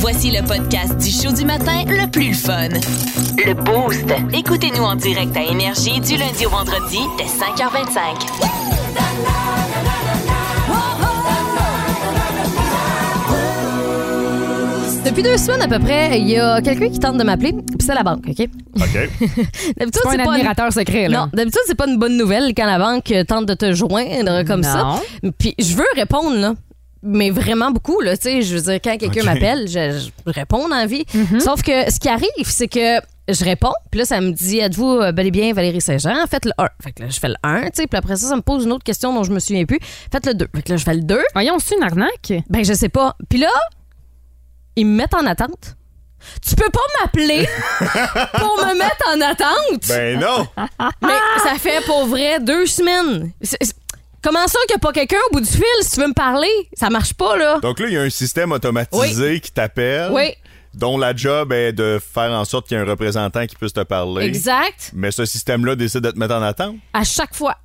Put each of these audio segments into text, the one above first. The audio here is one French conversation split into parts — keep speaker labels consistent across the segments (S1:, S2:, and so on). S1: Voici le podcast du show du matin le plus fun. Le Boost. Écoutez-nous en direct à Énergie du lundi au vendredi dès 5h25.
S2: Depuis deux semaines à peu près, il y a quelqu'un qui tente de m'appeler, puis c'est la banque, OK?
S3: OK.
S2: D'habitude,
S4: C'est pas un admirateur secret, là.
S2: Non, d'habitude, c'est pas une bonne nouvelle quand la banque euh, tente de te joindre comme ça. Puis je veux répondre, là. Mais vraiment beaucoup, là. Tu sais, je veux dire, quand quelqu'un
S3: Ok.
S2: m'appelle, je, je réponds en vie.
S4: Mm-hmm.
S2: Sauf que ce qui arrive, c'est que je réponds, puis là, ça me dit Êtes-vous euh, bel et bien Valérie Saint-Jean Faites le 1. Fait que là, je fais le 1, tu sais. Puis après ça, ça me pose une autre question dont je me souviens plus. Faites le 2. Fait que là, je fais le 2.
S4: Voyons, c'est une arnaque?
S2: Ben, je sais pas. Puis là, ils me mettent en attente. Tu peux pas m'appeler pour me mettre en attente?
S3: Ben non.
S2: Mais ça fait pour vrai deux semaines. C'est- c'est- Comment ça qu'il n'y a pas quelqu'un au bout du fil si tu veux me parler? Ça marche pas, là.
S3: Donc là, il y a un système automatisé qui t'appelle.
S2: Oui.
S3: Dont la job est de faire en sorte qu'il y ait un représentant qui puisse te parler.
S2: Exact.
S3: Mais ce système-là décide de te mettre en attente.
S2: À chaque fois.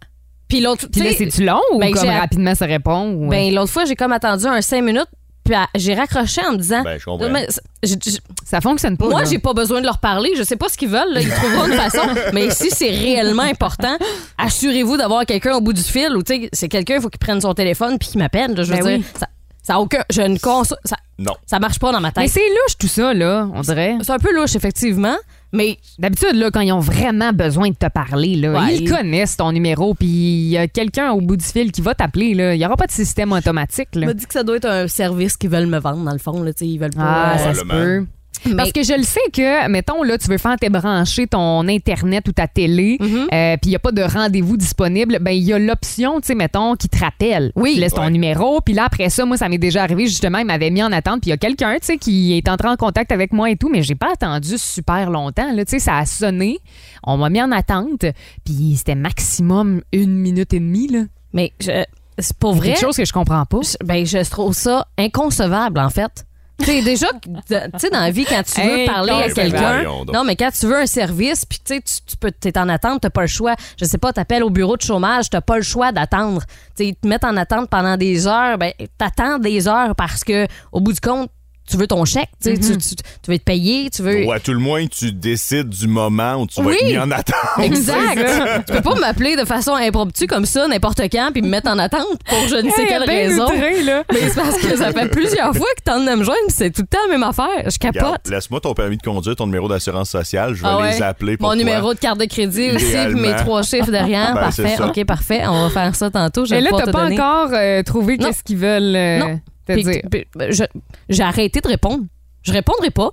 S2: Puis l'autre
S4: Puis là,
S2: tu sais,
S4: c'est-tu long ou
S2: ben,
S4: comme
S2: j'ai-
S4: rapidement ça répond? ou- euh,
S2: ben, l'autre fois, j'ai comme attendu un cinq minutes, puis à- j'ai raccroché en me disant.
S3: Ben, je comprends.
S2: Mais c'est- j'ai- j'ai-
S4: ça fonctionne pas.
S2: moi,
S4: là.
S2: j'ai pas besoin de leur parler. Je sais pas ce qu'ils veulent. là. Ils trouveront une façon. Mais si c'est réellement important, assurez-vous d'avoir quelqu'un au bout du fil. Ou tu sais, c'est quelqu'un, il faut qu'il prenne son téléphone puis qu'il m'appelle. là. Je veux
S4: Ben
S2: dire,
S4: oui.
S2: ça, ça a aucun. Je ne conço- ça,
S3: Non.
S2: ça marche pas dans ma
S4: Mais
S2: tête.
S4: c'est louche tout ça, là, on dirait.
S2: C'est un peu louche, effectivement. Mais
S4: D'habitude, là, quand ils ont vraiment besoin de te parler, là,
S2: Ouais.
S4: ils connaissent ton numéro, puis il y a quelqu'un au bout du fil qui va t'appeler. là. Il n'y aura pas de système automatique.
S2: je
S4: Là.
S2: me dis que ça doit être un service qu'ils veulent me vendre, dans le fond. Là, tu sais, ils veulent pas. euh,
S4: Ah, ça se
S3: Probablement.
S4: peut.
S2: Mais-
S4: Parce que je le sais que, mettons, là, tu veux faire t'ébrancher ton Internet ou ta télé,
S2: Mhm.
S4: euh, puis il n'y a pas de rendez-vous disponible, ben il y a l'option, tu sais, mettons, qui te rappelle.
S2: Oui.
S4: Tu laisses ton
S3: Ouais.
S4: numéro, puis là, après ça, moi, ça m'est déjà arrivé, justement, il m'avait mis en attente, puis il y a quelqu'un, tu sais, qui est entré en contact avec moi et tout, mais j'ai pas attendu super longtemps, là, tu sais, ça a sonné, on m'a mis en attente, puis c'était maximum une minute et demie, là.
S2: Mais je- c'est pour vrai.
S4: Quelque chose que je comprends pas.
S2: je- ben, je trouve ça inconcevable, en fait. Tu sais, déjà, que- tu sais, dans la vie, quand tu veux parler à
S4: Inconcevable.
S2: quelqu'un,
S3: Voyons donc.
S2: non, mais quand tu veux un service, puis tu sais, tu- tu peux, t'es en attente, t'as pas le choix. Je sais pas, t'appelles au bureau de chômage, t'as pas le choix d'attendre. Tu sais, ils te mettent en attente pendant des heures, ben, t'attends des heures parce que, au bout du compte, tu veux ton chèque, tu sais, tu- tu, tu veux être payé, tu veux.
S3: Ou à tout le moins, tu décides du moment où tu vas
S2: Oui.
S3: être mis en attente.
S2: Exact. tu peux pas m'appeler de façon impromptue comme ça, n'importe quand, puis me mettre en attente pour je ne sais
S4: Hey,
S2: quelle
S4: ben
S2: raison.
S4: outré, là.
S2: Mais c'est parce que ça fait plusieurs fois que tentes de me joindre, puis c'est tout le temps la même affaire. Je
S3: Regarde,
S2: capote.
S3: Laisse-moi ton permis de conduire, ton numéro d'assurance sociale. Je vais
S2: Ah ouais.
S3: les appeler pour
S2: Mon
S3: toi.
S2: numéro de carte de crédit aussi, puis
S3: Idéalement.
S2: mes trois chiffres derrière.
S3: Ben,
S2: parfait.
S3: c'est ça.
S2: OK, parfait. On va faire ça tantôt. Je
S4: Mais
S2: vais
S4: là,
S2: pouvoir
S4: t'as
S2: te
S4: pas
S2: donner.
S4: encore euh, trouvé
S2: Non.
S4: qu'est-ce qu'ils veulent euh,
S2: Non.
S4: te
S2: Puis-
S4: dire.
S2: puis- ben, je- J'ai arrêté de répondre. Je répondrai pas.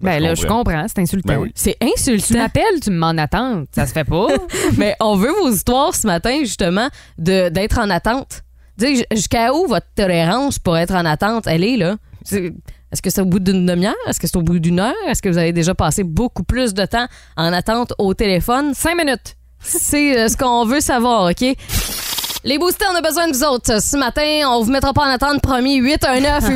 S4: Ben, là, je comprends, c'est insultant.
S3: Ben oui.
S2: C'est
S4: Tu
S2: insultant.
S4: m'appelles, tu m'en attends. Ça se fait pas.
S2: Mais on veut vos histoires ce matin, justement, de- d'être en attente. Dire j- jusqu'à où votre tolérance pour être en attente, elle est là? C'est- Est-ce que c'est au bout d'une demi-heure? Est-ce que c'est au bout d'une heure? Est-ce que vous avez déjà passé beaucoup plus de temps en attente au téléphone?
S4: Cinq minutes.
S2: C'est euh, ce qu'on veut savoir, OK? Les boostés, on a besoin de vous autres. Ce matin, on vous mettra pas en attente, promis. 819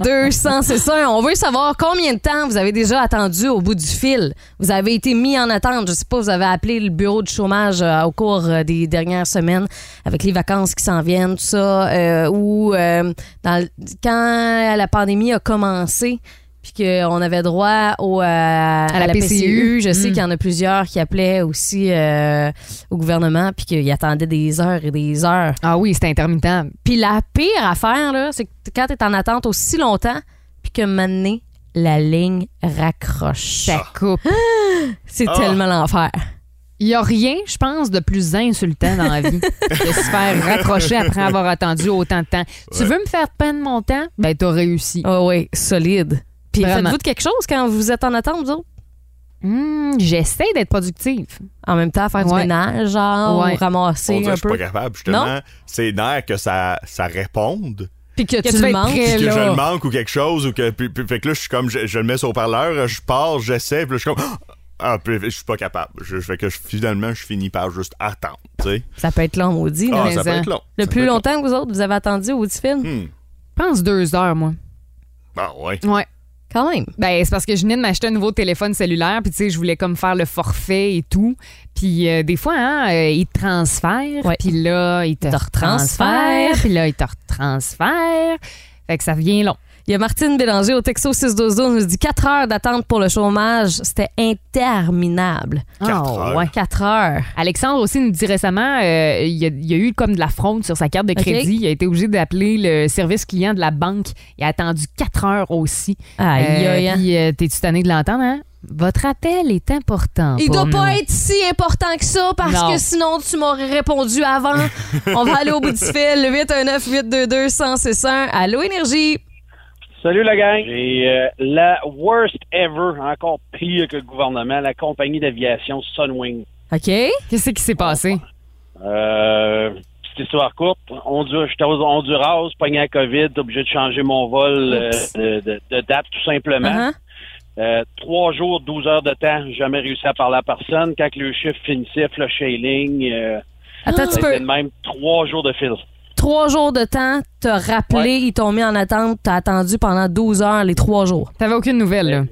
S2: 822 c'est ça. On veut savoir combien de temps vous avez déjà attendu au bout du fil. Vous avez été mis en attente. Je sais pas, vous avez appelé le bureau de chômage euh, au cours euh, des dernières semaines avec les vacances qui s'en viennent, tout ça. euh, ou euh, dans le- quand la pandémie a commencé, puis qu'on avait droit au, euh, à,
S4: la
S2: la PCU.
S4: PCU.
S2: Je sais
S4: Mm.
S2: qu'il y en a plusieurs qui appelaient aussi euh, au gouvernement, puis qu'ils attendaient des heures et des heures.
S4: Ah oui, c'est intermittent.
S2: Puis la pire affaire, là, c'est que quand t'es en attente aussi longtemps, puis que maintenant, la ligne raccroche.
S4: Ça coupe.
S2: C'est
S3: Ah.
S2: tellement l'enfer.
S4: Il y a rien, je pense, de plus insultant dans la vie que se faire raccrocher après avoir attendu autant de temps. Tu veux me faire peine mon temps? Ben, t'as réussi.
S2: Ah oui, solide. Puis
S4: Vraiment.
S2: faites-vous de quelque chose quand vous êtes en attente, vous autres?
S4: Hmm, J'essaie d'être productive.
S2: En même temps, faire du
S4: Ouais.
S2: ménage, genre,
S4: Ouais.
S3: Oh,
S2: ou ramasser
S3: On dirait que
S2: un
S3: je suis pas
S2: peu.
S3: capable, justement. C'est nerf que ça, ça réponde.
S2: Puis que,
S4: Que
S2: tu
S4: tu vas
S2: le
S4: être
S2: manques.
S4: prêt,
S3: Puis que je
S4: là.
S3: le manque ou quelque chose ou que puis- puis- fait que là je suis comme je, je le mets sur le parleur, je pars, j'essaie, puis là, je suis comme ah puis je suis pas capable. Je fais que je- finalement je finis par juste attendre, tu sais.
S2: Ça peut être long, maudit.
S3: Ah,
S2: mais
S3: ça peut
S2: hein.
S3: être long.
S2: Le
S3: Ça
S2: plus
S3: peut être Hmm.
S2: longtemps que vous autres, vous avez attendu au bout du film?
S4: Je pense deux heures, moi.
S3: Ah ouais.
S4: Ouais.
S2: Quand même.
S4: Ben, c'est parce que je venais de m'acheter un nouveau téléphone cellulaire, puis tu sais, je voulais comme faire le forfait et tout. Puis euh, des fois, hein, euh, ils te transfèrent,
S2: Ouais.
S4: puis là, ils te
S2: te retransfèrent.
S4: retransfèrent, puis là, ils te retransfèrent. Fait que ça vient long.
S2: Il y a Martine Bélanger au Texo 612 nous dit 4 heures d'attente pour le chômage. C'était interminable.
S3: Quatre
S4: Ah,
S3: heures.
S4: ouais.
S2: 4 heures.
S4: Alexandre aussi nous dit récemment, euh, il y, a- il y a eu comme de la fraude sur sa carte de
S2: Ok.
S4: crédit. Il a été obligé d'appeler le service client de la banque. Il a attendu 4 heures aussi.
S2: Aïe,
S4: Euh,
S2: aïe, hein. aïe.
S4: Puis, euh, t'es-tu tanné de l'entendre, hein? Votre appel est important.
S2: Il
S4: pour
S2: doit
S4: nous.
S2: pas être si important que ça parce
S4: Non.
S2: que sinon tu m'aurais répondu avant. On va aller au bout du fil. 819 822 1061 Allô Énergie.
S5: Salut la gang. J'ai euh, la worst ever, encore pire que le gouvernement, la compagnie d'aviation Sunwing.
S2: OK.
S4: Qu'est-ce qui s'est passé?
S5: Euh, petite histoire courte. Honduras, j'étais aux Honduras, pogné à COVID, obligé de changer mon vol euh, de, de- de date tout simplement.
S2: Uh-huh.
S5: Euh, trois jours, 12 heures de temps, j'ai jamais réussi à parler à personne. Quand que le chiffre finissait, le scaling, euh,
S2: Attends, tu
S5: c'était
S2: peux.
S5: de même trois jours de fil.
S2: Trois jours de temps, t'as rappelé, ils t'ont mis en attente, t'as attendu pendant 12 heures les trois jours.
S4: T'avais aucune nouvelle, là?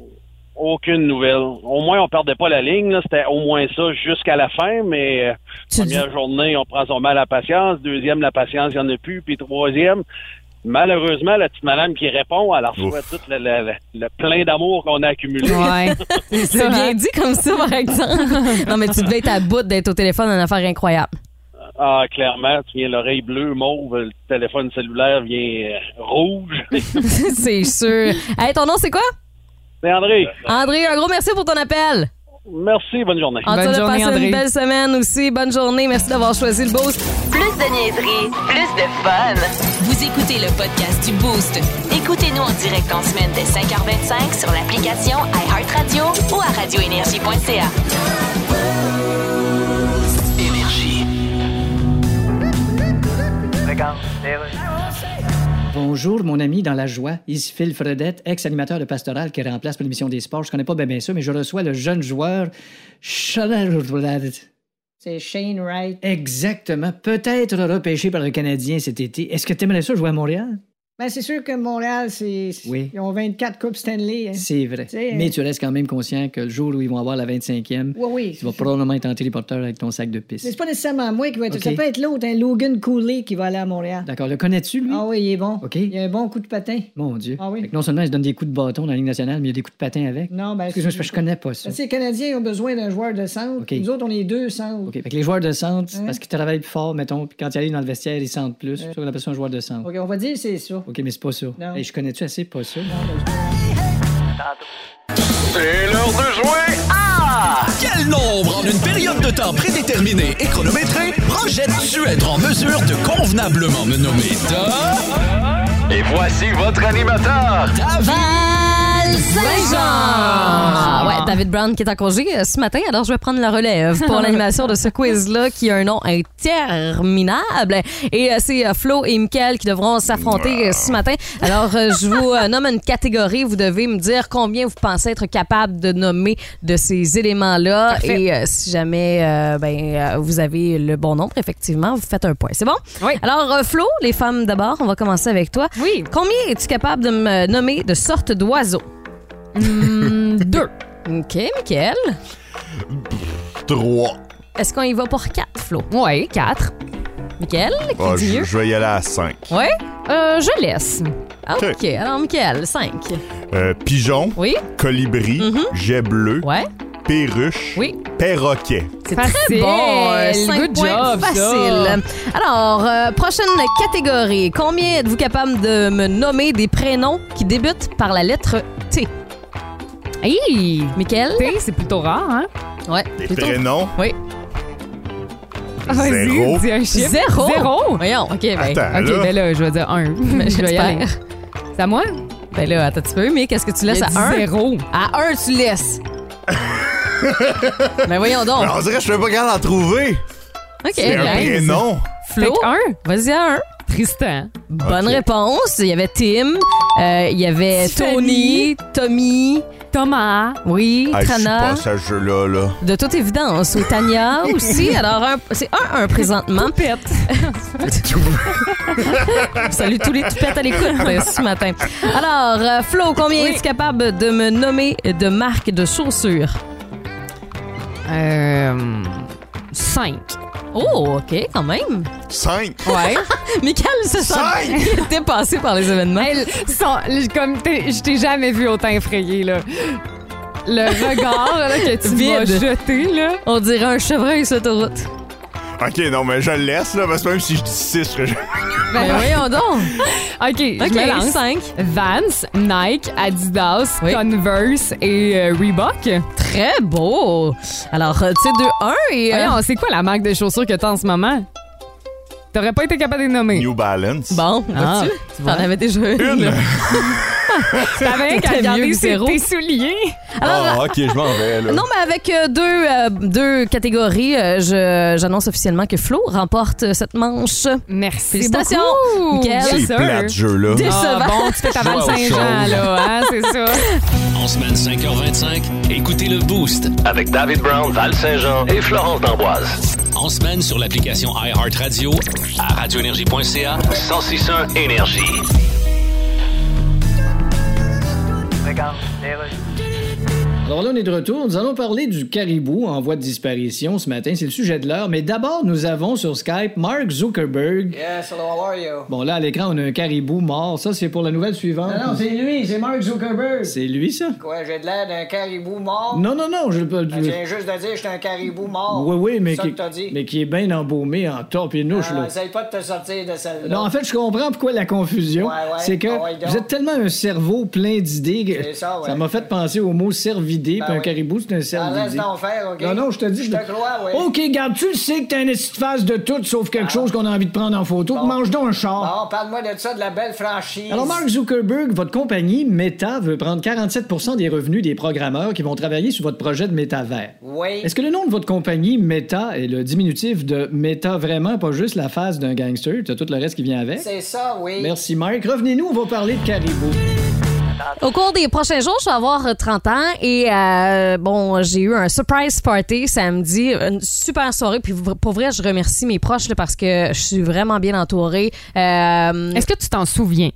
S5: Aucune nouvelle. Au moins, on perdait pas la ligne. là. C'était au moins ça jusqu'à la fin, mais euh,
S2: Tu
S5: première journée, on prend son mal à patience. Deuxième, la patience, il n'y en a plus. Puis troisième, malheureusement, la petite madame qui répond, alors soit tout le, le- le- le plein d'amour qu'on a accumulé.
S4: Ouais. hein?
S2: C'est bien dit comme ça, par exemple. non, mais tu devais être à bout d'être au téléphone, une affaire incroyable.
S5: Ah, clairement, tu viens l'oreille bleue, mauve, le téléphone cellulaire vient euh, rouge.
S2: c'est sûr. Hey, ton nom, c'est quoi?
S5: Mais André,
S2: André, un gros merci pour ton appel.
S5: merci, bonne journée.
S2: En tout
S4: Bonne
S2: cas,
S4: journée,
S2: passez une
S4: André.
S2: belle semaine aussi. Bonne journée. Merci d'avoir choisi le boost.
S1: Plus de niaiserie, plus de fun. Vous écoutez le podcast du Boost. Écoutez-nous en direct en semaine dès 5h25 sur l'application iHeartRadio ou à radioénergie.ca.
S6: Bonjour, mon ami dans la joie. Ici Phil Fredette, ex-animateur de Pastoral qui remplace pour l'émission des sports. Je connais pas bien, bien ça, mais je reçois le jeune joueur... C'est Shane Wright. Exactement. Peut-être repêché par le Canadien cet été. Est-ce que t'aimerais ça jouer à Montréal?
S7: Ben, c'est sûr que Montréal, c'est.
S6: Oui.
S7: Ils ont 24 Coupes Stanley. hein.
S6: C'est vrai.
S7: C'est-
S6: Mais tu restes quand même conscient que le jour où ils vont avoir la 25e,
S7: Oui, oui.
S6: tu vas probablement être en téléporteur avec ton sac de piste.
S7: Mais c'est pas nécessairement moi qui va être.
S6: Ok.
S7: Ça peut être l'autre, hein, Logan Cooley, qui va aller à Montréal.
S6: D'accord. Le connais-tu, lui?
S7: Ah oui, il est bon.
S6: OK.
S7: Il a un bon coup de patin.
S6: Mon Dieu.
S7: Ah oui.
S6: Fait que non seulement ils se donnent des coups de bâton dans la Ligue nationale, mais il y a des coups de patin avec.
S7: Non, ben.
S6: Excuse-moi, c'est parce que je connais pas ça.
S7: Ben, tu sais, les Canadiens ont besoin d'un joueur de centre.
S6: Ok.
S7: Nous autres, on est deux centres.
S6: OK. Fait que les joueurs de centre, c'est
S7: Hein?
S6: parce qu'ils travaillent plus fort, mettons, puis quand ils arrivent dans le vestiaire, ils sentent plus. C'est ça qu'on appelle ça un joueur de centre.
S7: OK, on va dire que c'est ça.
S6: OK, mais c'est pas ça.
S7: Non.
S6: Hey, je connais-tu assez pas ça?
S8: Quel nombre en une période de temps prédéterminée et chronométrée projettes-tu être en mesure de convenablement me nommer Top? Et voici votre animateur,
S2: Val Saint-Jean! Ah, ouais, David Brown qui est en congé euh, ce matin, alors je vais prendre la relève pour l'animation de ce quiz-là qui a un nom interminable. Et euh, c'est euh, Flo et Mickaël qui devront s'affronter euh, ce matin. Alors, euh, je vous euh, nomme une catégorie. Vous devez me dire combien vous pensez être capable de nommer de ces éléments-là.
S4: Parfait.
S2: Et euh, si jamais euh, ben, euh, vous avez le bon nombre, effectivement, vous faites un point. C'est bon?
S4: Oui.
S2: Alors, euh, Flo, les femmes d'abord, on va commencer avec toi.
S4: Oui.
S2: Combien es-tu capable de me nommer de sortes d'oiseaux?
S4: Hmm, Deux.
S2: OK, Mickaël.
S3: Trois.
S2: Est-ce qu'on y va pour quatre, Flo?
S4: Ouais, quatre.
S2: Mickaël,
S3: Ah,
S2: qui dit
S3: je,
S2: mieux?
S3: je vais y aller à cinq.
S2: Oui?
S4: Euh, je laisse.
S2: OK, alors Mickaël, cinq.
S3: Euh, pigeon,
S2: Oui? Mm-hmm.
S3: colibri, jet bleu,
S2: Ouais?
S3: perruche,
S2: Oui.
S3: perroquet.
S2: C'est très
S4: Facile.
S2: bon. euh, cinq
S4: Good
S2: points,
S4: job, ça.
S2: facile. Alors, euh, prochaine catégorie. Combien êtes-vous capable de me nommer des prénoms qui débutent par la lettre T?
S4: Hey!
S2: Mickaël?
S4: T'sais, c'est plutôt rare, hein?
S2: Ouais.
S3: Des
S2: plutôt.
S3: prénoms.
S2: Oui.
S3: Zéro.
S4: Vas-y, dis un chiffre.
S2: Zéro?
S4: Zéro? Ben,
S2: Voyons, OK, ben...
S3: Attends,
S4: OK,
S3: là.
S4: ben là, je vais dire un. je vais y
S2: j'espère.
S4: aller. C'est à moi?
S2: Ben là, attends un petit peu, mais qu'est-ce que tu laisses
S4: Il a
S2: à
S4: dit
S2: un?
S4: Zéro.
S2: À un, tu laisses. ben voyons donc.
S3: Mais on dirait que je suis pas capable d'en trouver.
S2: OK,
S3: C'est un
S2: ben,
S3: prénom.
S4: Fait
S2: Flo,
S4: que un.
S2: vas-y à un.
S4: Tristan.
S2: Bonne
S3: Ok.
S2: réponse. Il y avait Tim, euh, il y avait Tony,
S4: Tiffany.
S2: Tommy,
S4: Thomas.
S2: oui,
S3: Hey, je suis
S2: Trana.
S3: pas à ce jeu-là, là.
S2: De toute évidence, ou Tania aussi. Alors, un- c'est un, un présentement.
S4: Pète.
S2: Salut tous les toupettes à l'écoute euh, ce matin. Alors, euh, Flo, combien
S4: Oui.
S2: es-tu capable de me nommer de marques de chaussures?
S4: Euh. 5.
S2: Oh, OK, quand même.
S3: Cinq!
S4: Ouais.
S2: Michael se sent
S3: Cinq!
S2: il est dépassé par les événements.
S4: Elle, son- le- comme t'es- je t'ai jamais vu autant effrayé là. Le regard là, que tu m'as
S2: Vide.
S4: jeté là.
S2: On dirait un chevreuil sur l'autoroute.
S3: Ok, non, mais je le laisse, là, parce que même si je dis six, je serais-
S2: Ben voyons donc.
S4: Ok, je me
S2: OK,
S4: lance.
S2: 5.
S4: Vans, Nike, Adidas,
S2: Oui.
S4: Converse et euh, Reebok.
S2: Très beau. Alors, euh, tu sais, 2-1 et... euh,
S4: Voyons, c'est quoi la marque de chaussures que t'as en ce moment? T'aurais pas été capable de les nommer.
S3: New Balance.
S2: Bon,
S4: Ah,
S2: vois-tu?
S4: tu vois.
S2: T'en avais déjà une.
S3: Une!
S4: T'avais qu'à
S2: T'étais mieux
S4: regarder
S2: que
S4: ses-
S2: zéro.
S4: tes souliers.
S3: Ah, ok, je m'en vais, là.
S2: Non, mais avec euh, deux, euh, deux catégories, euh, je- j'annonce officiellement que Flo remporte euh, cette manche.
S4: Merci
S2: Félicitations,
S4: beaucoup.
S2: Mickaël.
S4: Yes,
S3: C'est
S4: sir.
S3: plat, ce jeu-là.
S4: Ah,
S2: Décevant.
S4: bon, tu fais ta
S3: Joie
S4: Val
S3: aux
S4: Saint-Jean,
S3: choses.
S4: là, hein, c'est ça.
S8: En semaine 5h25, écoutez le Boost.
S9: Avec David Brown, Val Saint-Jean et Florence d'Amboise.
S8: En semaine sur l'application iHeartRadio à radioénergie.ca.
S9: 1061 Énergie.
S6: Alors là, on est de retour. Nous allons parler du caribou en voie de disparition ce matin. C'est le sujet de l'heure. Mais d'abord, nous avons sur Skype Mark Zuckerberg.
S7: Yes, hello, how are you?
S6: Bon, là, à l'écran, on a un caribou mort. Ça, c'est pour la nouvelle suivante.
S7: Non, non, c'est lui, c'est Mark Zuckerberg.
S6: c'est lui, ça?
S7: Quoi, j'ai de l'air d'un caribou mort? Ben,
S6: Non, non, non. Je...
S7: Je viens juste de dire que je suis un caribou mort.
S6: Oui, oui, mais,
S7: C'est ça
S6: qui...
S7: que t'as dit.
S6: mais qui est bien embaumé en top et nouche,
S7: Ah,
S6: là.
S7: essaye pas de te sortir de celle-là.
S6: Non, en fait, je comprends pourquoi la confusion.
S7: Ouais, ouais.
S6: c'est que
S7: Ah ouais, donc.
S6: vous êtes tellement un cerveau plein d'idées que
S7: C'est ça, ouais. Ben
S6: m'a fait penser au mot cervidé, puis un
S7: oui.
S6: caribou, c'est un
S7: Ah,
S6: cervidé.
S7: laisse donc faire, OK?
S6: Non, non, je te dis.
S7: Je te crois, oui.
S6: OK, garde, tu le sais que t'as une petite face de tout sauf quelque chose qu'on a envie de prendre en photo. Mange donc un char.
S7: Bon, parle-moi de ça, de la belle franchise.
S6: Alors, Mark Zuckerberg, votre compagnie Meta veut prendre 47 des revenus des programmeurs qui vont travailler sur votre projet de métavers.
S7: Oui.
S6: Est-ce que le nom de votre compagnie Meta est le diminutif de Meta vraiment, pas juste la face d'un gangster, t'as tout le reste qui vient avec?
S7: C'est ça, oui.
S6: Merci, Marc. Revenez-nous, on va parler de caribou.
S2: Au cours des prochains jours, je vais avoir euh, 30 ans et euh, bon, j'ai eu un surprise party samedi, une super soirée. Puis v- pour vrai, je remercie mes proches là, parce que je suis vraiment bien entourée. Euh,
S4: Est-ce que tu t'en souviens?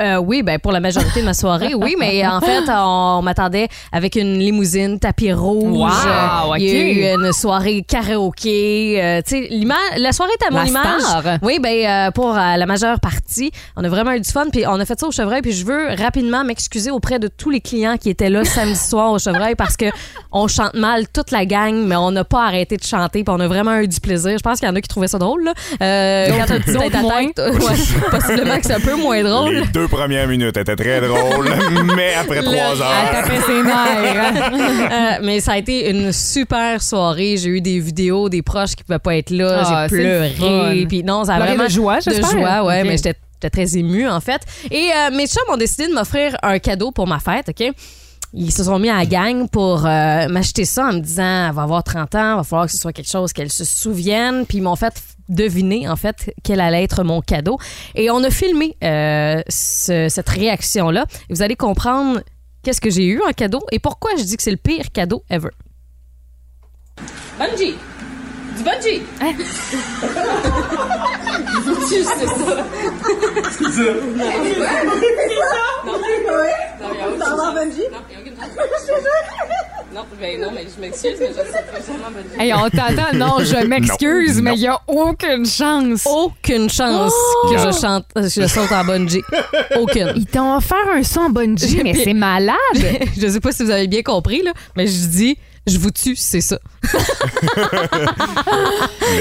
S2: euh, oui, ben pour la majorité de ma soirée, oui, mais en fait, on, m'attendait avec une limousine, tapis rouge.
S4: Wow,
S2: Euh, Il y a
S4: ok.
S2: eu une soirée karaoké. euh, tu sais, l'ima- la soirée est à mon
S4: La
S2: image.
S4: star.
S2: Oui, ben euh, pour euh, la majeure partie, on a vraiment eu du fun. Puis on a fait ça au Chevreuil. Puis je veux rapidement m'excuser auprès de tous les clients qui étaient là samedi soir au Chevreuil parce que on chante mal toute la gang, mais on n'a pas arrêté de chanter. Puis on a vraiment eu du plaisir. Je pense qu'il y en a qui trouvaient ça drôle. Là. Euh,
S4: Donc,
S2: quand on dit
S4: donc
S2: tête à
S4: moins.
S2: tête, ouais, possiblement que c'est un peu moins drôle.
S3: Les deux premières minutes étaient très drôles, mais après trois heures.
S4: Après ses nerfs.
S2: Euh, mais ça a été une super soirée. J'ai eu des vidéos des proches qui pouvaient pas être là.
S4: Ah,
S2: J'ai
S4: c'est le
S2: pleuré.
S4: fun.
S2: Puis non, ça a
S4: Pleurer de
S2: vraiment
S4: joie, j'espère.
S2: De joie, ouais.
S4: Ok.
S2: Mais j'étais j'étais très émue, en fait. Et euh, mes chums ont décidé de m'offrir un cadeau pour ma fête, OK? Ils se sont mis à la gang pour euh, m'acheter ça en me disant elle va avoir 30 ans, va falloir que ce soit quelque chose qu'elle se souvienne. Puis ils m'ont fait deviner, en fait, quel allait être mon cadeau. Et on a filmé euh, ce- cette réaction-là. Et Vous allez comprendre qu'est-ce que j'ai eu en cadeau et pourquoi je dis que c'est le pire cadeau ever. Bungee! Du bungee!
S4: Hey, on t'attend. Non, je m'excuse, mais il n'y a aucune chance.
S2: Aucune chance que je chante, euh, je saute en bungee. Aucune.
S4: Ils t'ont offert un son bungee, mais
S2: J'ai-
S4: c'est malade.
S2: je sais pas si vous avez bien compris, là, mais je dis, je vous tue, c'est ça.
S3: Mais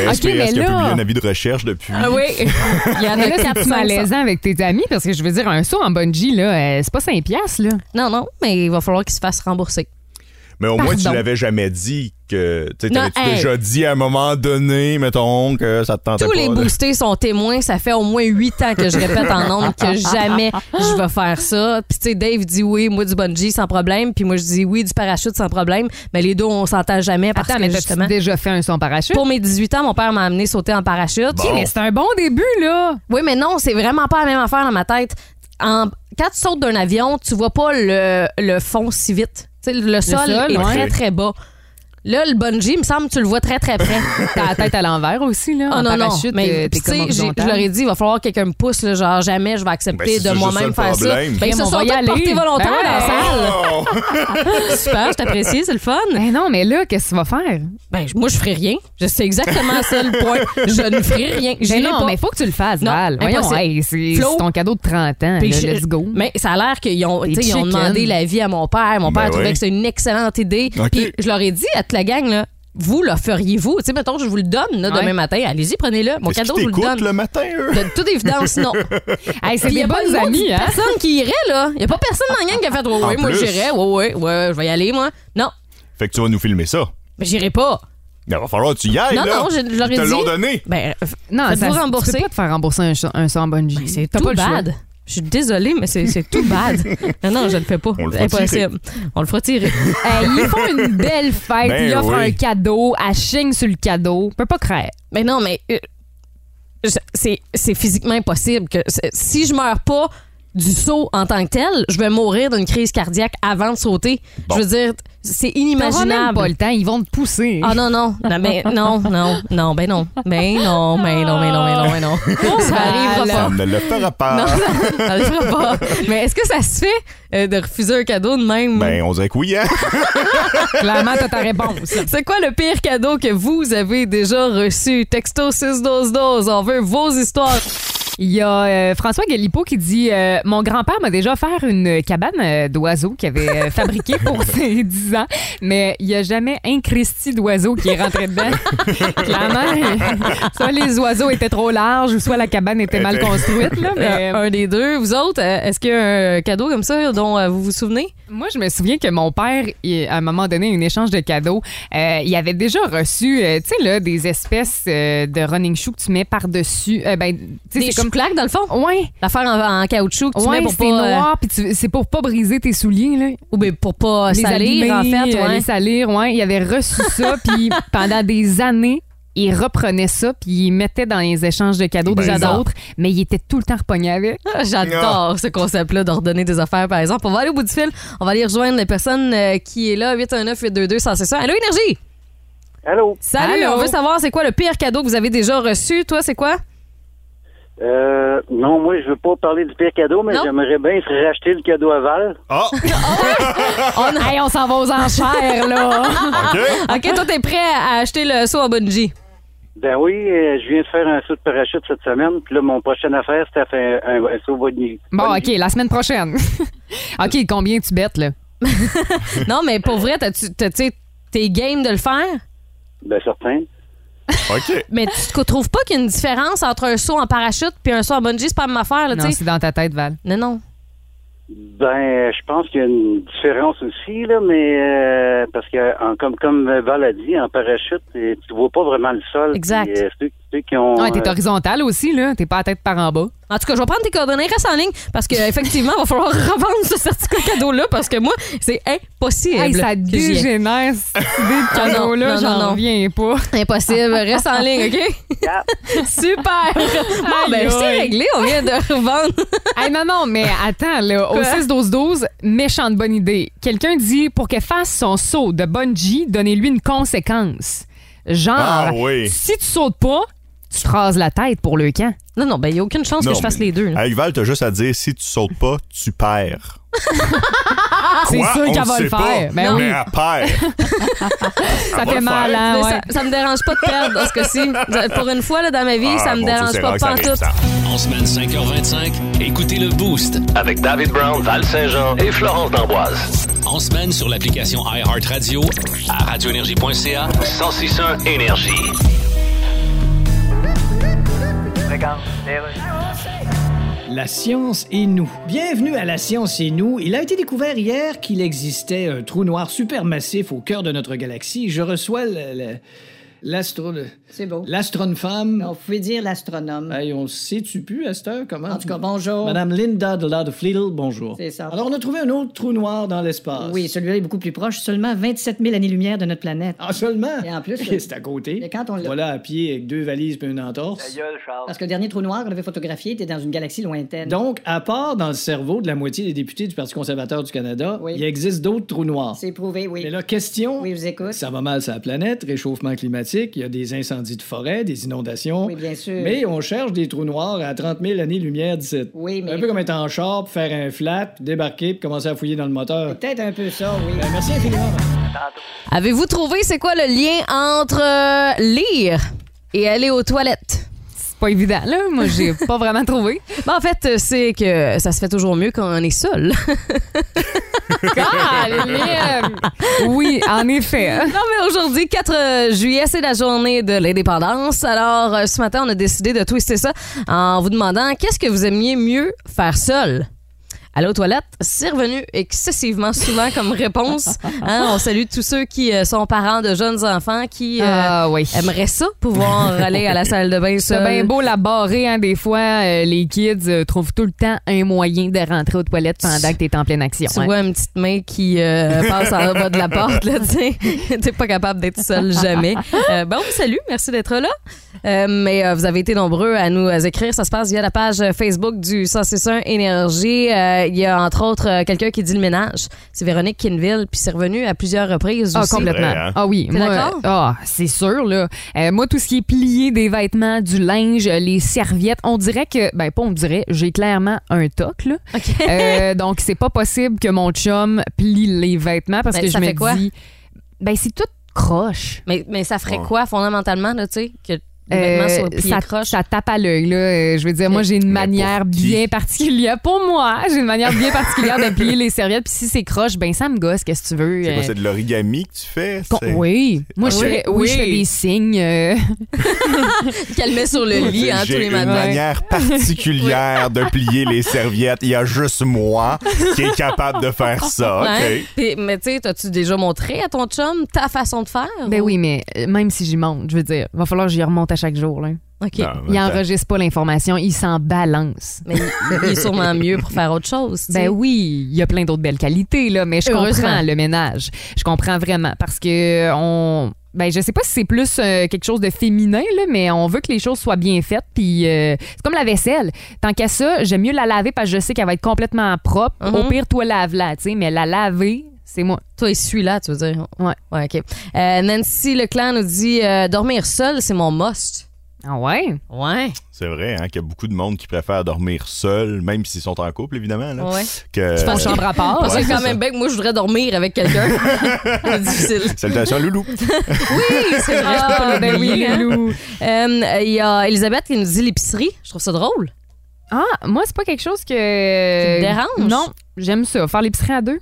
S4: Ok,
S3: Espérance
S4: mais
S3: qui a
S4: là-
S3: publié un avis de recherche depuis.
S2: oui. Il y en
S4: Ah Mais
S2: a
S4: là, c'est
S2: 400.
S4: plus malaisant avec tes amis parce que je veux dire, un saut en bungee, là, euh, c'est pas 5 piastres, là.
S2: Non, non, mais il va falloir qu'il se fasse rembourser.
S3: Mais au moins, tu
S2: Pardon.
S3: l'avais jamais dit que. Tu
S2: Non,
S3: tu
S2: hey.
S3: déjà dit à un moment donné, mettons, que ça te tentait
S2: Tous
S3: pas.
S2: les
S3: de-
S2: boostés sont témoins. Ça fait au moins huit ans que je répète en nombre que jamais je vais faire ça. Puis, tu sais, Dave dit oui, moi du bungee sans problème. Puis, moi, je dis oui, du parachute sans problème. Mais les deux, on s'entend jamais parce
S4: Attends,
S2: que
S4: mais
S2: justement.
S4: t'as déjà fait un son parachute?
S2: Pour mes 18 ans, mon père m'a amené sauter en parachute.
S3: Bon.
S4: Mais c'est un bon début, là.
S2: Oui, mais non, c'est vraiment pas la même affaire dans ma tête. En- Quand tu sautes d'un avion, tu vois pas le, le fond si vite. Tu sais, le, sol,
S4: sol,
S2: est
S4: ouais.
S2: très, très bas. Là, le bungee, il me semble que tu le vois très, très près.
S4: T'as la tête à l'envers aussi, là.
S2: Ah
S4: en
S2: non, non.
S4: parachute, euh,
S2: Mais
S4: t'es
S2: tu sais,
S4: comme
S2: j'ai- je
S4: horizontal.
S2: leur ai dit, il va falloir que quelqu'un me pousse. là, genre, jamais je vais
S3: Ben, c'est
S2: accepter
S3: ça,
S2: de
S3: juste
S2: moi-même
S3: ça, le
S2: faire ça.
S3: problème.
S2: Ben,
S4: Crème,
S2: ils se
S4: on
S2: sont
S4: va y
S2: tous
S4: aller.
S2: portés volontaires
S4: Ben
S2: dans la salle.
S3: Oh!
S2: Super, je t'apprécie, c'est le fun.
S4: Ben non, mais là, qu'est-ce que tu vas faire?
S2: Ben, moi, je ferai rien. Je sais exactement ça, le point. Je ne ferai rien. J'irai
S4: Ben non,
S2: pas.
S4: mais faut que tu le fasses,
S2: Non,
S4: Val. Voyons,
S2: impossible.
S4: hey, c'est
S2: Flo.
S4: c'est ton cadeau de 30 ans.
S2: Puis
S4: là,
S2: je-
S4: let's go.
S2: Mais ça a l'air qu'ils ont,
S4: Des
S2: tu sais, ils ont
S4: chicken.
S2: demandé l'avis à mon père. Mon
S3: Ben
S2: père trouvait
S3: oui.
S2: que c'est une excellente idée.
S3: Ok.
S2: Puis je leur ai dit à toute la gang, là, vous le feriez-vous. Tu sais, mettons, je vous le donne là,
S4: Ouais.
S2: demain matin. Allez-y, prenez-le. Mon
S3: Est-ce
S2: cadeau, je
S3: qu'ils
S2: vous le
S3: t'écoutent
S2: donne.
S3: le matin, eux?
S2: De toute évidence, non.
S4: Hey, c'est
S2: Puis y
S4: des
S2: a pas une
S4: bonnes amies, hein?
S2: personne qui irait, là. Il n'y a pas personne dans la gang qui a fait Ouais, ouais,
S3: En
S2: moi
S3: plus.
S2: j'irais. Ouais, ouais, ouais, je vais y aller, moi. Non,
S3: Fait que tu vas nous filmer ça.
S2: mais j'irai pas.
S3: Mais va falloir que tu y ailles,
S2: Non,
S3: là.
S2: non, je- je leur ai
S3: Ils te
S2: dit.
S3: l'ont donné.
S2: Ben,
S4: Non,
S2: Faites-vous
S4: ça, tu peux
S2: rembourser. Ah,
S4: pas te faire rembourser un, un sang bungee.
S2: c'est
S4: T'as
S2: tout
S4: pas le choix.
S2: bad. Je suis désolée, mais c'est c'est tout bad. Non, non, je ne le fais pas.
S3: On le fera
S2: Impossible. On le fera tirer.
S4: Hey, ils font une belle fête,
S3: Ben
S4: ils offrent
S3: oui.
S4: un cadeau, à chigne sur le cadeau. Peut pas craindre.
S2: Mais non, mais euh, je- c'est c'est physiquement impossible que c'est- si je meurs pas du saut en tant que tel, je vais mourir d'une crise cardiaque avant de sauter.
S3: Bon.
S2: Je veux dire, c'est
S4: T'auras même pas
S2: inimaginable.
S4: le temps, ils vont te pousser.
S2: Ah non, non, non, ben, non, non, non, ben non, ben non, ben non, ben non, ben non, ben non.
S4: Oh,
S2: Ça arrivera
S3: Ça
S2: pas.
S3: ne le fera
S2: Non,
S3: pas.
S2: ça- ça arrivera pas. Mais est-ce que ça se fait euh, de refuser un cadeau de même?
S3: Ben, on dirait que oui, hein?
S4: Clairement, t'as ta réponse.
S2: C'est quoi le pire cadeau que vous avez déjà reçu? Texto 61212, on veut vos histoires.
S4: Il y a euh, François Galipo qui dit euh, Mon grand-père m'a déjà offert une cabane euh, d'oiseaux qu'il avait euh, fabriquée pour ses 10 ans, mais il n'y a jamais un Christie d'oiseau qui est rentré dedans. Clairement, soit les oiseaux étaient trop larges ou soit la cabane était mal construite. Là, mais...
S2: Euh, un des deux. Vous autres, euh, est-ce qu'il y a un cadeau comme ça dont euh, vous vous souvenez?
S4: Moi, je me souviens que mon père, il- à un moment donné, un échange de cadeaux, euh, il avait déjà reçu, euh, tu sais, là, des espèces euh, de running shoes que tu mets par-dessus. Euh, ben, tu sais,
S2: Des
S4: c'est comme.
S2: chou-claques, dans le fond?
S4: Ouais,
S2: L'affaire en, en caoutchouc que tu mets
S4: ouais,
S2: pour
S4: c'est
S2: pas, euh,
S4: noir, puis tu- c'est pour pas briser tes souliers, là.
S2: ou bien pour pas
S4: les
S2: Ah, salir, en
S4: allumer,
S2: fait.
S4: euh,
S2: ouais.
S4: Les salir, ouais. Il avait reçu ça, puis pendant des années, il reprenait ça, puis il mettait dans les échanges de cadeaux
S3: Ben,
S4: des
S3: j'adore.
S4: autres, mais il était tout le temps repogné avec.
S2: Ah, J'adore ce concept-là d'ordonner des affaires, par exemple. On va aller au bout du fil. On va aller rejoindre la personne euh, qui est là, 819-822, sans c'est ça. Allô, Énergie!
S5: Allô?
S2: Salut!
S4: Allô?
S2: On veut savoir c'est quoi le pire cadeau que vous avez déjà reçu. Toi, c'est quoi?
S5: Euh, non, moi, je veux pas parler du pire cadeau, mais
S2: Non.
S5: j'aimerais bien se racheter le cadeau à Val.
S3: Ah,
S2: Oh
S4: On, hey, on s'en va aux enchères, là!
S3: OK.
S2: OK, toi, t'es prêt à acheter le saut à bungee.
S5: Ben oui, euh, je viens de faire un saut de parachute cette semaine, puis là, mon prochaine affaire, c'était à faire un, un saut bungee.
S4: Bon, OK, la semaine prochaine. OK, combien tu bêtes, là?
S2: Non, mais pour vrai, t'as-tu- t'as- tu sais, t'es game de le faire?
S5: Ben certain.
S3: OK.
S2: Mais tu te trouves pas qu'il y a une différence entre un saut en parachute puis un saut en bungee, c'est pas la même affaire, là,
S4: Non,
S2: tu sais?
S4: c'est dans ta tête, Val.
S2: Non, non.
S5: Ben, je pense qu'il y a une différence aussi, là, mais euh, parce que en- comme comme Val a dit, en parachute, euh, tu vois pas vraiment le sol.
S2: Exact.
S5: Puis, euh, ceux, ceux qui ont.
S4: Ouais, t'es
S5: euh,
S4: horizontal aussi, là. T'es pas à tête par en bas.
S2: En tout cas, je vais prendre tes coordonnées, reste en ligne parce qu'effectivement, il va falloir revendre ce certificat cadeau-là parce que moi, c'est impossible.
S4: Hey, ça
S2: que j'y ai.
S4: dégénère, cette idée de
S2: Ah non,
S4: cadeau-là.
S2: non, non, non.
S4: J'en reviens pas.
S2: Impossible. Reste en ligne, OK? Super! Bon, ben,
S4: Aïe,
S2: c'est
S4: aïe.
S2: réglé, on vient de revendre.
S4: Hey, non, non, mais attends, là, au
S2: Quoi?
S4: 6-12-12, méchante bonne idée. Quelqu'un dit pour qu'elle fasse son saut de bungee, donnez-lui une conséquence. Genre,
S3: Ah oui.
S4: si tu sautes pas, tu te rases la tête pour le camp.
S2: Non, non, ben, il n'y a aucune chance
S3: Non,
S2: que je fasse
S3: mais-
S2: les deux. là.
S3: Avec Val, t'as juste à dire si tu sautes pas, tu perds.
S2: Ah,
S4: C'est
S3: Quoi?
S4: sûr
S3: On
S4: qu'elle va
S3: sait
S4: le
S3: pas.
S4: faire. Ben oui,
S3: Mais elle perd.
S4: ça
S3: va
S4: fait
S3: le
S4: mal,
S3: faire.
S4: hein,
S2: Mais
S4: ouais.
S2: ça, ça me dérange pas de perdre parce que si, pour une fois là, dans ma vie,
S3: Ah,
S2: ça me
S3: mon Dieu,
S2: dérange
S3: c'est
S2: pas,
S3: rare que ça
S2: pas en
S3: arrive,
S2: tout.
S3: ça.
S8: En semaine 5h25, écoutez le Boost.
S9: Avec David Brown, Val Saint-Jean et Florence d'Amboise.
S8: En semaine sur l'application iHeartRadio à radioénergie.ca.
S9: 1061 Énergie.
S6: La science et nous. Bienvenue à La science et nous. Il a été découvert hier qu'il existait un trou noir supermassif au cœur de notre galaxie. Je reçois le- le- l'astro... le-
S10: C'est beau.
S6: L'astrone femme.
S10: On pouvait dire l'astronome.
S6: Hey, on sait-tu plus à cette heure comment?
S10: En tout cas, bonjour.
S6: Madame Linda de Lade Fleedle, bonjour.
S10: C'est ça.
S6: Alors, on a trouvé un autre trou noir dans l'espace.
S10: Oui, celui-là est beaucoup plus proche, seulement 27 000 années-lumière de notre planète.
S6: Ah, seulement?
S10: Et en plus,
S6: Et c'est à côté.
S10: mais quand on l'a-
S6: Voilà, à pied, avec deux valises et une entorse.
S10: Parce que le dernier trou noir qu'on avait photographié était dans une galaxie lointaine.
S6: Donc, à part dans le cerveau de la moitié des députés du Parti conservateur du Canada,
S10: Oui.
S6: il existe d'autres trous noirs.
S10: C'est prouvé, oui.
S6: Mais la question,
S10: Oui, je vous écoute.
S6: ça va mal sur la planète, réchauffement climatique, il y a des incendies de forêt, des inondations.
S10: Oui, bien sûr.
S6: Mais on cherche des trous noirs à 30 000 années-lumière d'ici.
S10: Oui, mais-
S6: Un peu comme être en char, puis faire un flat, puis débarquer, puis commencer à fouiller dans le moteur.
S10: Peut-être un peu ça, oui.
S6: Ben, merci infiniment.
S2: Avez-vous trouvé c'est quoi le lien entre euh, lire et aller aux toilettes?
S4: C'est pas évident, là. Moi, j'ai pas vraiment trouvé.
S2: Ben, en fait, euh, c'est que ça se fait toujours mieux quand on est seul.
S4: Caroline! Ah, oui, en effet.
S2: non, mais aujourd'hui, 4 juillet, c'est la journée de l'indépendance. Alors, euh, ce matin, on a décidé de twister ça en vous demandant qu'est-ce que vous aimiez mieux faire seul? Aller aux toilettes, c'est revenu excessivement souvent comme réponse. Hein, on salue tous ceux qui euh, sont parents de jeunes enfants qui euh,
S4: Ah oui.
S2: aimeraient ça, pouvoir aller à la salle de bain
S4: C'est
S2: seul.
S4: bien beau la barrer, hein, des fois. euh, les kids euh, trouvent tout le temps un moyen de rentrer aux toilettes pendant que t'es en pleine action.
S2: Tu
S4: hein.
S2: vois une petite main qui euh, passe en bas de la porte, là, tu sais. T'es pas capable d'être seul jamais. Euh, bon, salut, merci d'être là. Euh, mais euh, vous avez été nombreux à nous euh, écrire. Ça se passe via la page euh, Facebook du 161 Énergie. Euh, Il y a entre autres euh, quelqu'un qui dit le ménage. C'est Véronique Kinville, puis c'est revenu à plusieurs reprises
S4: Ah,
S2: aussi.
S4: complètement.
S3: vrai, hein?
S4: Ah oui.
S2: T'es
S4: moi,
S2: d'accord?
S4: euh, Ah, c'est sûr, là. Euh, moi, tout ce qui est plié des vêtements, du linge, euh, les serviettes, on dirait que, ben, pas on dirait, j'ai clairement un toc, là. Euh, donc, c'est pas possible que mon chum plie les vêtements parce
S2: Mais
S4: que
S2: ça
S4: je me
S2: fait quoi?
S4: dis, ben, c'est tout croche.
S2: Mais, mais ça ferait
S3: Ouais.
S2: quoi fondamentalement, là, tu sais, que les vêtements soient
S4: Euh,
S2: pliés
S4: ça,
S2: croche?
S4: ça tape à l'œil. là. Euh, Je veux dire, moi, j'ai une
S3: Mais
S4: manière
S3: pour qui?
S4: bien particulière. Pour moi, j'ai une manière bien particulière de plier les serviettes. Puis si c'est croche, ben ça me gosse, qu'est-ce que tu veux.
S3: C'est quoi,
S4: Euh,
S3: c'est de l'origami que tu fais?
S4: con-
S3: C'est-
S4: oui, moi je
S3: Oui,
S4: fais, oui, je fais
S2: oui.
S4: des signes. euh,
S2: Qu'elle met sur le lit hein, tous
S3: J'ai
S2: les
S3: une
S2: matins.
S3: manière particulière de plier les serviettes. Il y a juste moi qui est capable de faire ça. OK.
S2: Hein? Puis- mais tu sais, t'as-tu déjà montré à ton chum ta façon de faire?
S4: Ben
S3: Oh.
S2: Ou-
S4: oui, mais euh, même si j'y monte, je veux dire, va falloir que j'y remonte à chaque jour. Là.
S2: OK.
S3: Non, en
S4: Il
S3: même temps.
S4: enregistre pas l'information, il s'en balance.
S2: Mais il il est sûrement mieux pour faire autre chose. tu sais.
S4: Ben oui, il y a plein d'autres belles qualités, là, mais je
S2: Heureusement.
S4: comprends le ménage. Je comprends vraiment parce que euh, on. Ben, je sais pas si c'est plus euh, quelque chose de féminin, là, mais on veut que les choses soient bien faites. Puis euh, c'est comme la vaisselle. Tant qu'à ça, j'aime mieux la laver parce que je sais qu'elle va être complètement propre. Au
S2: Mhm.
S4: pire, toi, lave-la, tu sais, mais la laver, c'est moi.
S2: Toi, il suit là, tu veux dire.
S4: Ouais.
S2: Ouais, OK. Euh, Nancy Leclerc nous dit euh, Dormir seul, c'est mon must.
S4: Ah ouais?
S2: Ouais.
S3: C'est vrai hein, qu'il y a beaucoup de monde qui préfère dormir seul, même s'ils sont en couple, évidemment. Là,
S2: Ouais.
S3: que,
S4: Pas de chambre à part.
S2: Parce
S3: Ouais,
S2: que quand
S3: c'est
S2: même bien que moi, je voudrais dormir avec quelqu'un. c'est difficile.
S3: Salutations, Loulou.
S2: Oui, c'est vrai.
S4: Ah, ben oui,
S2: hein?
S4: Lou.
S2: Euh, Il y a Elisabeth qui nous dit l'épicerie. Je trouve ça drôle.
S4: Ah, moi, c'est pas quelque chose que.
S2: te dérange?
S4: Non, j'aime ça. Faire l'épicerie à deux.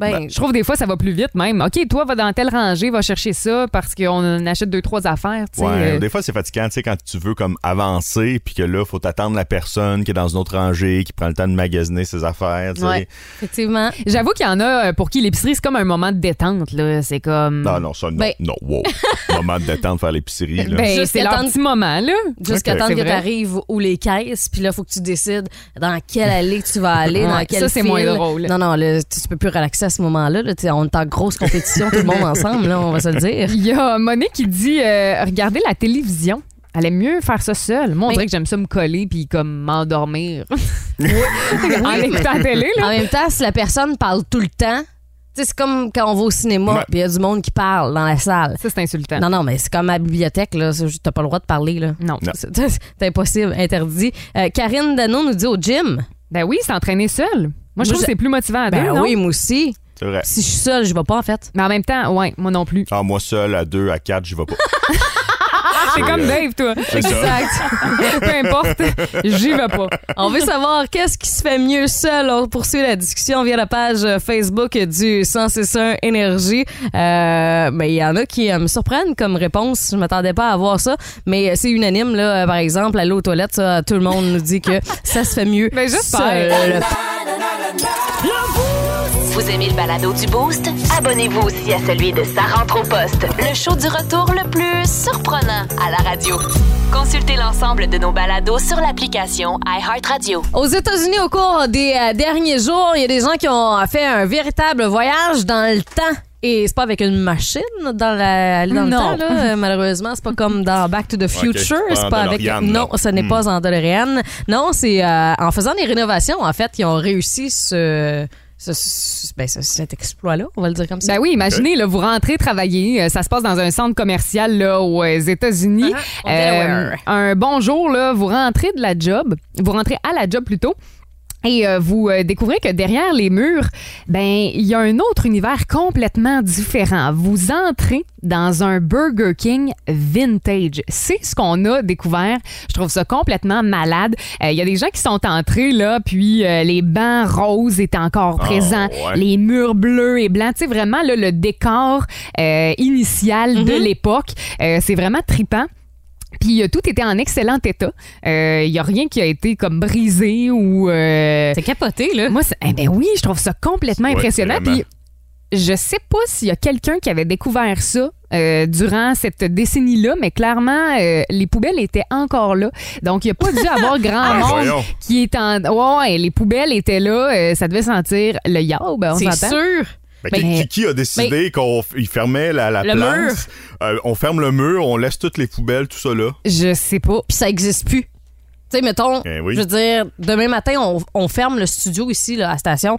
S2: Ben,
S4: Je trouve des fois, ça va plus vite même. OK, toi, va dans telle rangée, va chercher ça parce qu'on en achète deux, trois affaires. tu sais.
S3: Ouais,
S4: Euh,
S3: Des fois, c'est fatigant, tu sais, quand tu veux comme avancer, puis que là, faut t'attendre la personne qui est dans une autre rangée, qui prend le temps de magasiner ses affaires. tu sais.
S2: Ouais. effectivement.
S4: J'avoue qu'il y en a euh, pour qui l'épicerie, c'est comme un moment de détente. là. C'est comme.
S3: Non, non, ça, non.
S2: Ben-
S3: Non, wow. Moment de détente faire l'épicerie. là.
S4: Ben,
S2: Juste
S4: c'est leur
S2: attendre-
S4: petit moment, là.
S2: Jusqu'à
S3: Ok.
S2: temps
S4: C'est
S2: que
S4: vrai.
S2: t'arrives où les caisses, puis là, faut que tu décides dans quelle allée tu vas aller, dans
S4: Ouais,
S2: quelle
S4: ça, c'est moins drôle.
S2: Non, non, là, tu, tu peux plus relaxer à ce moment-là. là. T'es- on est en grosse compétition, tout le monde ensemble, là, on va se le dire.
S4: Il y a Monique qui dit euh, Regardez la télévision. Elle aime mieux faire ça seule. Moi, on
S2: Mais-
S4: dirait que j'aime ça me coller puis comme m'endormir. en écoutant la télé, là.
S2: En même temps, si la personne parle tout le temps, tu sais, c'est comme quand on va au cinéma,
S3: Ouais.
S2: puis il y a du monde qui parle dans la salle.
S4: Ça, c'est insultant.
S2: Non, non, mais c'est comme à la bibliothèque, là. c'est juste, T'as pas le droit de parler, là.
S4: Non.
S2: C'est c'est impossible, interdit. Euh, Karine Dano nous dit au gym.
S4: Ben oui, s'entraîner seule. Moi, je trouve
S2: je-
S4: que c'est plus motivant à deux,
S2: Ben
S4: non?
S2: oui, moi aussi.
S3: C'est vrai.
S2: Si je suis seule, je vais pas, en fait.
S4: Mais en même temps, ouais, moi non plus.
S3: Ah, moi seul, à deux, à quatre, j'y vais pas.
S4: C'est comme Dave, toi.
S3: C'est ça.
S4: exact. Peu importe, j'y vais pas.
S2: On veut savoir qu'est-ce qui se fait mieux seul. On poursuit la discussion via la page euh, Facebook du 1061 Énergie. Euh, ben, il y en a qui euh, me surprennent comme réponse. Je m'attendais pas à avoir ça, mais euh, c'est unanime. Là, Euh, par exemple, aller aux toilettes, ça, tout le monde nous dit que ça se fait mieux
S4: Ben, j'espère.
S2: seul.
S1: Vous aimez le balado du Boost? Abonnez-vous aussi à celui de Sa rentre au poste, le show du retour le plus surprenant à la radio. Consultez l'ensemble de nos balados sur l'application iHeartRadio.
S2: Aux États-Unis, au cours des euh, derniers jours, il y a des gens qui ont fait un véritable voyage dans le temps. Et c'est pas avec une machine dans, la, aller dans le
S4: Non.
S2: temps, là. Euh, malheureusement. C'est pas comme dans Back to the Future.
S3: c'est pas en
S2: c'est pas avec.
S3: DeLorean,
S2: non,
S3: non.
S2: ce n'est
S3: Hmm.
S2: pas en DeLorean. Non, c'est euh, en faisant des rénovations, en fait, ils ont réussi ce, ce- ce- ben, ce- cet exploit-là, on va le dire comme ça.
S4: Ben oui, imaginez, là, vous rentrez travailler, euh, ça se passe dans un centre commercial là, aux euh, États-Unis. Euh,
S2: au Delaware.
S4: un bon jour, là, vous rentrez de la job, vous rentrez à la job plutôt. Et euh, vous euh, découvrez que derrière les murs, ben il y a un autre univers complètement différent. Vous entrez dans un Burger King vintage. C'est ce qu'on a découvert. Je trouve ça complètement malade. Euh, Il y a des gens qui sont entrés là, puis euh, les bancs roses étaient encore
S3: Ah,
S4: présents,
S3: ouais.
S4: les murs bleus et blancs. Tu sais, vraiment, là, le décor euh, initial de
S2: Mhm.
S4: l'époque, euh, c'est vraiment tripant. Puis euh, tout était en excellent état. Euh, Il y a rien qui a été comme brisé ou... euh,
S2: C'est capoté, là.
S4: Moi, c'est- eh ben oui, je trouve ça complètement
S3: Ouais,
S4: impressionnant.
S3: vraiment.
S4: Puis je sais pas s'il y a quelqu'un qui avait découvert ça euh, durant cette décennie-là, mais clairement, euh, les poubelles étaient encore là. Donc, il n'y a pas dû avoir grand
S3: Ah,
S4: monde
S3: voyons.
S4: qui est en. Ouais, ouais, les poubelles étaient là. euh, ça devait sentir le yaourt, ben, on
S2: c'est
S4: s'entend.
S2: sûr.
S3: Ben, qui-
S4: Mais-
S3: qui, qui a décidé
S4: ben,
S3: qu'on f- il fermait la, la
S2: Le mur.
S3: place? Euh, on ferme le mur, on laisse toutes les poubelles, tout ça là.
S4: Je sais pas.
S2: puis ça existe plus. Tu sais, mettons,
S3: Eh oui.
S2: je veux dire, demain matin, on, on ferme le studio ici, là, à la station.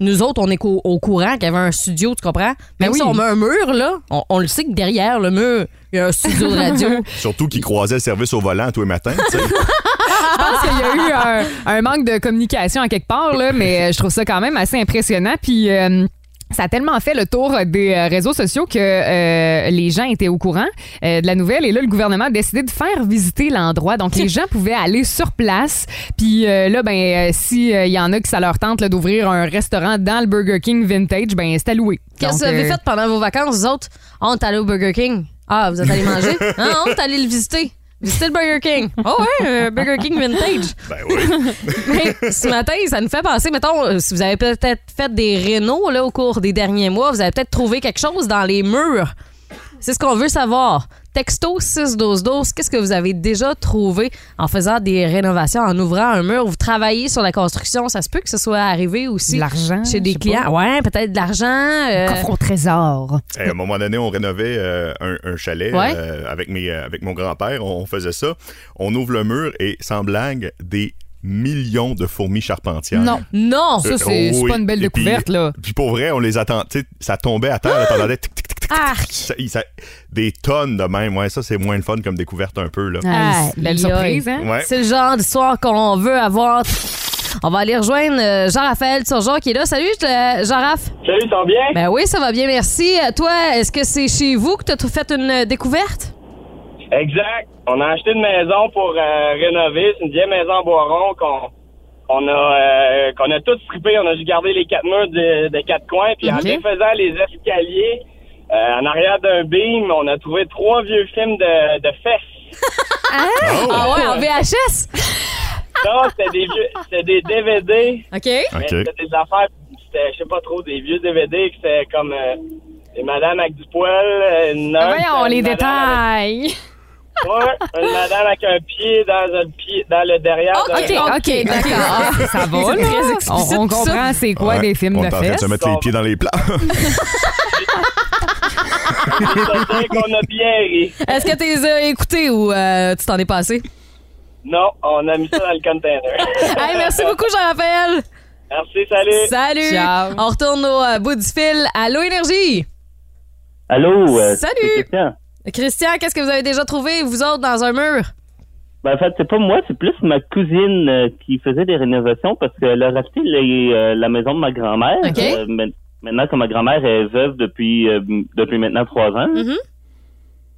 S2: Nous autres, on est co- au courant qu'il y avait un studio, tu comprends? Même
S4: Ben
S2: si
S4: oui.
S2: on met un mur, là, on, on le sait que derrière le mur, il y a un studio de radio.
S3: Surtout qu'ils croisaient le service au volant tous les matins. tu sais.
S4: Je pense qu'il y a eu un, un manque de communication à quelque part, là, mais euh, je trouve ça quand même assez impressionnant. Puis. euh, ça a tellement fait le tour des euh, réseaux sociaux que euh, les gens étaient au courant euh, de la nouvelle et là le gouvernement a décidé de faire visiter l'endroit donc les gens pouvaient aller sur place puis euh, là ben euh, si euh, il y en a qui ça leur tente là, d'ouvrir un restaurant dans le Burger King vintage ben c'est alloué.
S2: Qu'est-ce
S4: Donc,
S2: que vous avez
S4: euh,
S2: fait pendant vos vacances, vous autres? Ah, on est allé au Burger King. Ah, vous êtes allé manger? Ah, on est allé le visiter. Visiter le Burger King. Oh, ouais, euh, Burger King vintage.
S3: ben oui.
S2: Mais ce matin, ça nous fait penser, mettons, euh, si vous avez peut-être fait des rénaux là, au cours des derniers mois, vous avez peut-être trouvé quelque chose dans les murs. C'est ce qu'on veut savoir. Texto 61212, qu'est-ce que vous avez déjà trouvé en faisant des rénovations, en ouvrant un mur? Vous travaillez sur la construction, ça se peut que ce soit arrivé aussi
S4: de l'argent
S2: chez
S4: je
S2: des
S4: sais
S2: clients. Ouais, peut-être de l'argent. euh,
S4: pas. coffre au trésor.
S3: Hey, à un moment donné, on rénovait euh, un, un chalet
S2: Ouais.
S3: euh, avec, mes, euh, avec mon grand-père. On, on faisait ça. On ouvre le mur et, sans blague, des millions de fourmis charpentières. Euh,
S4: Non.
S2: non!
S4: Ça, c'est- c'est pas une belle
S3: Et puis-
S4: découverte, là. Ah!
S3: Puis pour vrai, on les attend. tu sais, Ça tombait à terre, on attendait. tic, tic, tic, tic, tic,
S2: Arc.
S3: ça- il- ça- des tonnes de même. Ouais, ça, c'est moins le fun comme découverte un peu. Là.
S4: Ah,
S2: Aïe,
S4: belle
S2: aïe.
S4: surprise hein.
S3: Ouais.
S2: C'est le genre d'histoire Ah, qu'on veut avoir. On va aller rejoindre euh, Jean-Raphaël Turgeon qui est là. Salut, euh, Jean-Raph.
S5: Salut, ça va bien?
S2: Ben oui, ça va bien, merci. Euh, Toi, est-ce que c'est chez vous que tu as fait une euh, découverte?
S5: Exact. On a acheté une maison pour euh, rénover. C'est une vieille maison en boiron qu'on on a euh, qu'on a tout strippé. On a juste gardé les quatre murs de- des quatre coins. Puis en
S2: Ok.
S5: défaisant les escaliers euh, en arrière d'un beam, on a trouvé trois vieux films de, de fesses.
S3: Oh!
S2: Ah ouais, en VHS?
S5: Non, c'était des vieux, c'était des DVD.
S2: OK.
S5: mais
S3: OK.
S5: C'était des affaires. C'était, je sais pas trop, des vieux DVD que c'était comme euh, des madames avec du poil. euh, une nonne,
S4: Ah, Voyons
S5: une
S4: les
S5: madame avec-
S4: détails.
S5: Ouais, une madame avec un pied dans le, pied, dans le derrière. d'un-
S4: Oh, OK, OK, d'accord. Ah, ça va,
S2: C'est
S4: là.
S2: très explicite,
S4: On, on
S2: tout ça.
S4: comprend c'est quoi
S3: Ouais,
S4: des films
S3: on
S4: de
S3: est en train de
S4: fesses.
S3: se mettre les pieds dans les plats.
S5: Ça fait qu'on a bien ri.
S2: Est-ce que tu les as écoutés ou euh, tu t'en es passé?
S5: Non, on a mis ça dans le container.
S2: Hey, merci beaucoup, Jean-Raphaël.
S5: Merci, salut.
S2: Salut.
S4: Ciao.
S2: On retourne au euh, bout du fil. Allô, Énergie.
S5: Allô, euh,
S2: Salut.
S5: c'est Christian.
S2: Christian, qu'est-ce que vous avez déjà trouvé, vous autres, dans un mur?
S5: Ben, en fait, c'est pas moi, c'est plus ma cousine euh, qui faisait des rénovations parce qu'elle a racheté les, euh, la maison de ma grand-mère.
S2: OK.
S4: Mm-hmm.
S5: Euh, mais- maintenant que ma grand-mère est veuve depuis, euh, depuis maintenant trois ans.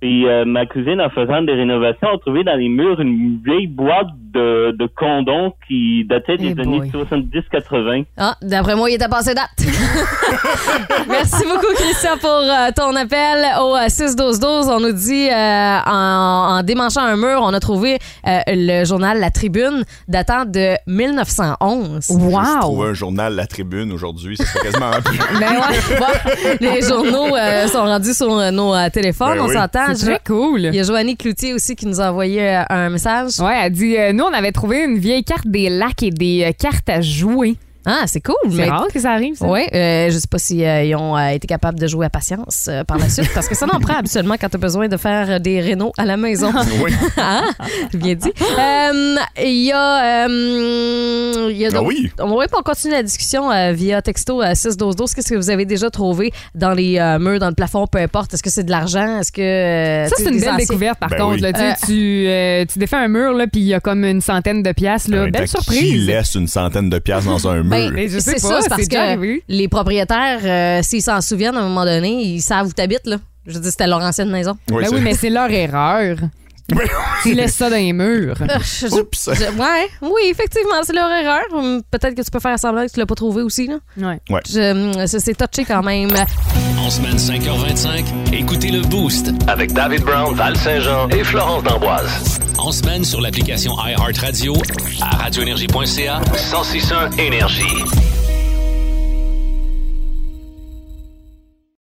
S11: Puis euh, ma cousine, en faisant des rénovations, a trouvé dans les murs une vieille boîte de, de condoms qui datait des
S2: Eh
S11: années 70-80.
S2: Ah, d'après moi, il était passé date. Merci beaucoup, Christian, pour euh, ton appel au euh, 6-12-12. On nous dit, euh, en, en démanchant un mur, on a trouvé euh, le journal La Tribune datant de 1911.
S3: Je trouve un journal La Tribune aujourd'hui, ça serait quasiment plus.
S2: Ben ouais, bon, les journaux euh, sont rendus sur euh, nos euh, téléphones,
S3: Ben
S2: on
S3: oui.
S2: s'entend.
S4: C'est très
S2: cool. Il y a Joannie Cloutier aussi qui nous a envoyé euh, un message.
S4: Ouais, elle dit euh, Nous, on avait trouvé une vieille carte des lacs et des euh, cartes à jouer.
S2: Ah, c'est cool.
S4: C'est
S2: mais-
S4: rare que ça arrive, ça.
S2: Oui, euh, je sais pas si euh, ils ont euh, été capables de jouer à patience euh, par la suite, parce que ça en prend absolument quand tu as besoin de faire euh, des rénaux à la maison.
S3: Oui.
S2: Hein? Bien dit. Euh, Il y a. euh, il y a
S3: Ah oui.
S2: On, oui, puis on continue la discussion euh, via texto à 6 12 12 Qu'est-ce que vous avez déjà trouvé dans les euh, murs, dans le plafond, peu importe? Est-ce que c'est de l'argent? Est-ce que. euh, tu
S4: Ça,
S2: sais,
S4: c'est une
S2: des
S4: belle
S2: anciens-
S4: découverte, par
S2: Ben
S4: contre.
S2: oui.
S4: là. Tu sais,
S2: Euh,
S4: tu, euh, tu défais un mur, là, puis il y a comme une centaine de piastres. Là.
S3: Mais
S4: Belle
S3: t'as Qui
S4: surprise.
S3: laisse une centaine de pièces dans un mur?
S2: Ben, c'est ça, c'est parce que les propriétaires, euh, s'ils s'en souviennent à un moment donné, ils savent où t'habites, là. Je veux dire, c'était leur ancienne maison.
S4: Ben oui, mais Ben c'est leur erreur. tu laisses ça dans les murs.
S2: Euh, je- je- je- ouais, oui, effectivement, c'est leur erreur. Hum, Peut-être que tu peux faire semblant que tu l'as pas trouvé aussi, là.
S8: Ouais.
S2: Je- hum, ça, c'est touché quand même.
S8: En semaine 5h25, écoutez le Boost.
S9: Avec David Brown, Val Saint-Jean et Florence D'Amboise.
S8: En semaine sur l'application iHeartRadio, à radioénergie.ca.
S9: 1061 Énergie.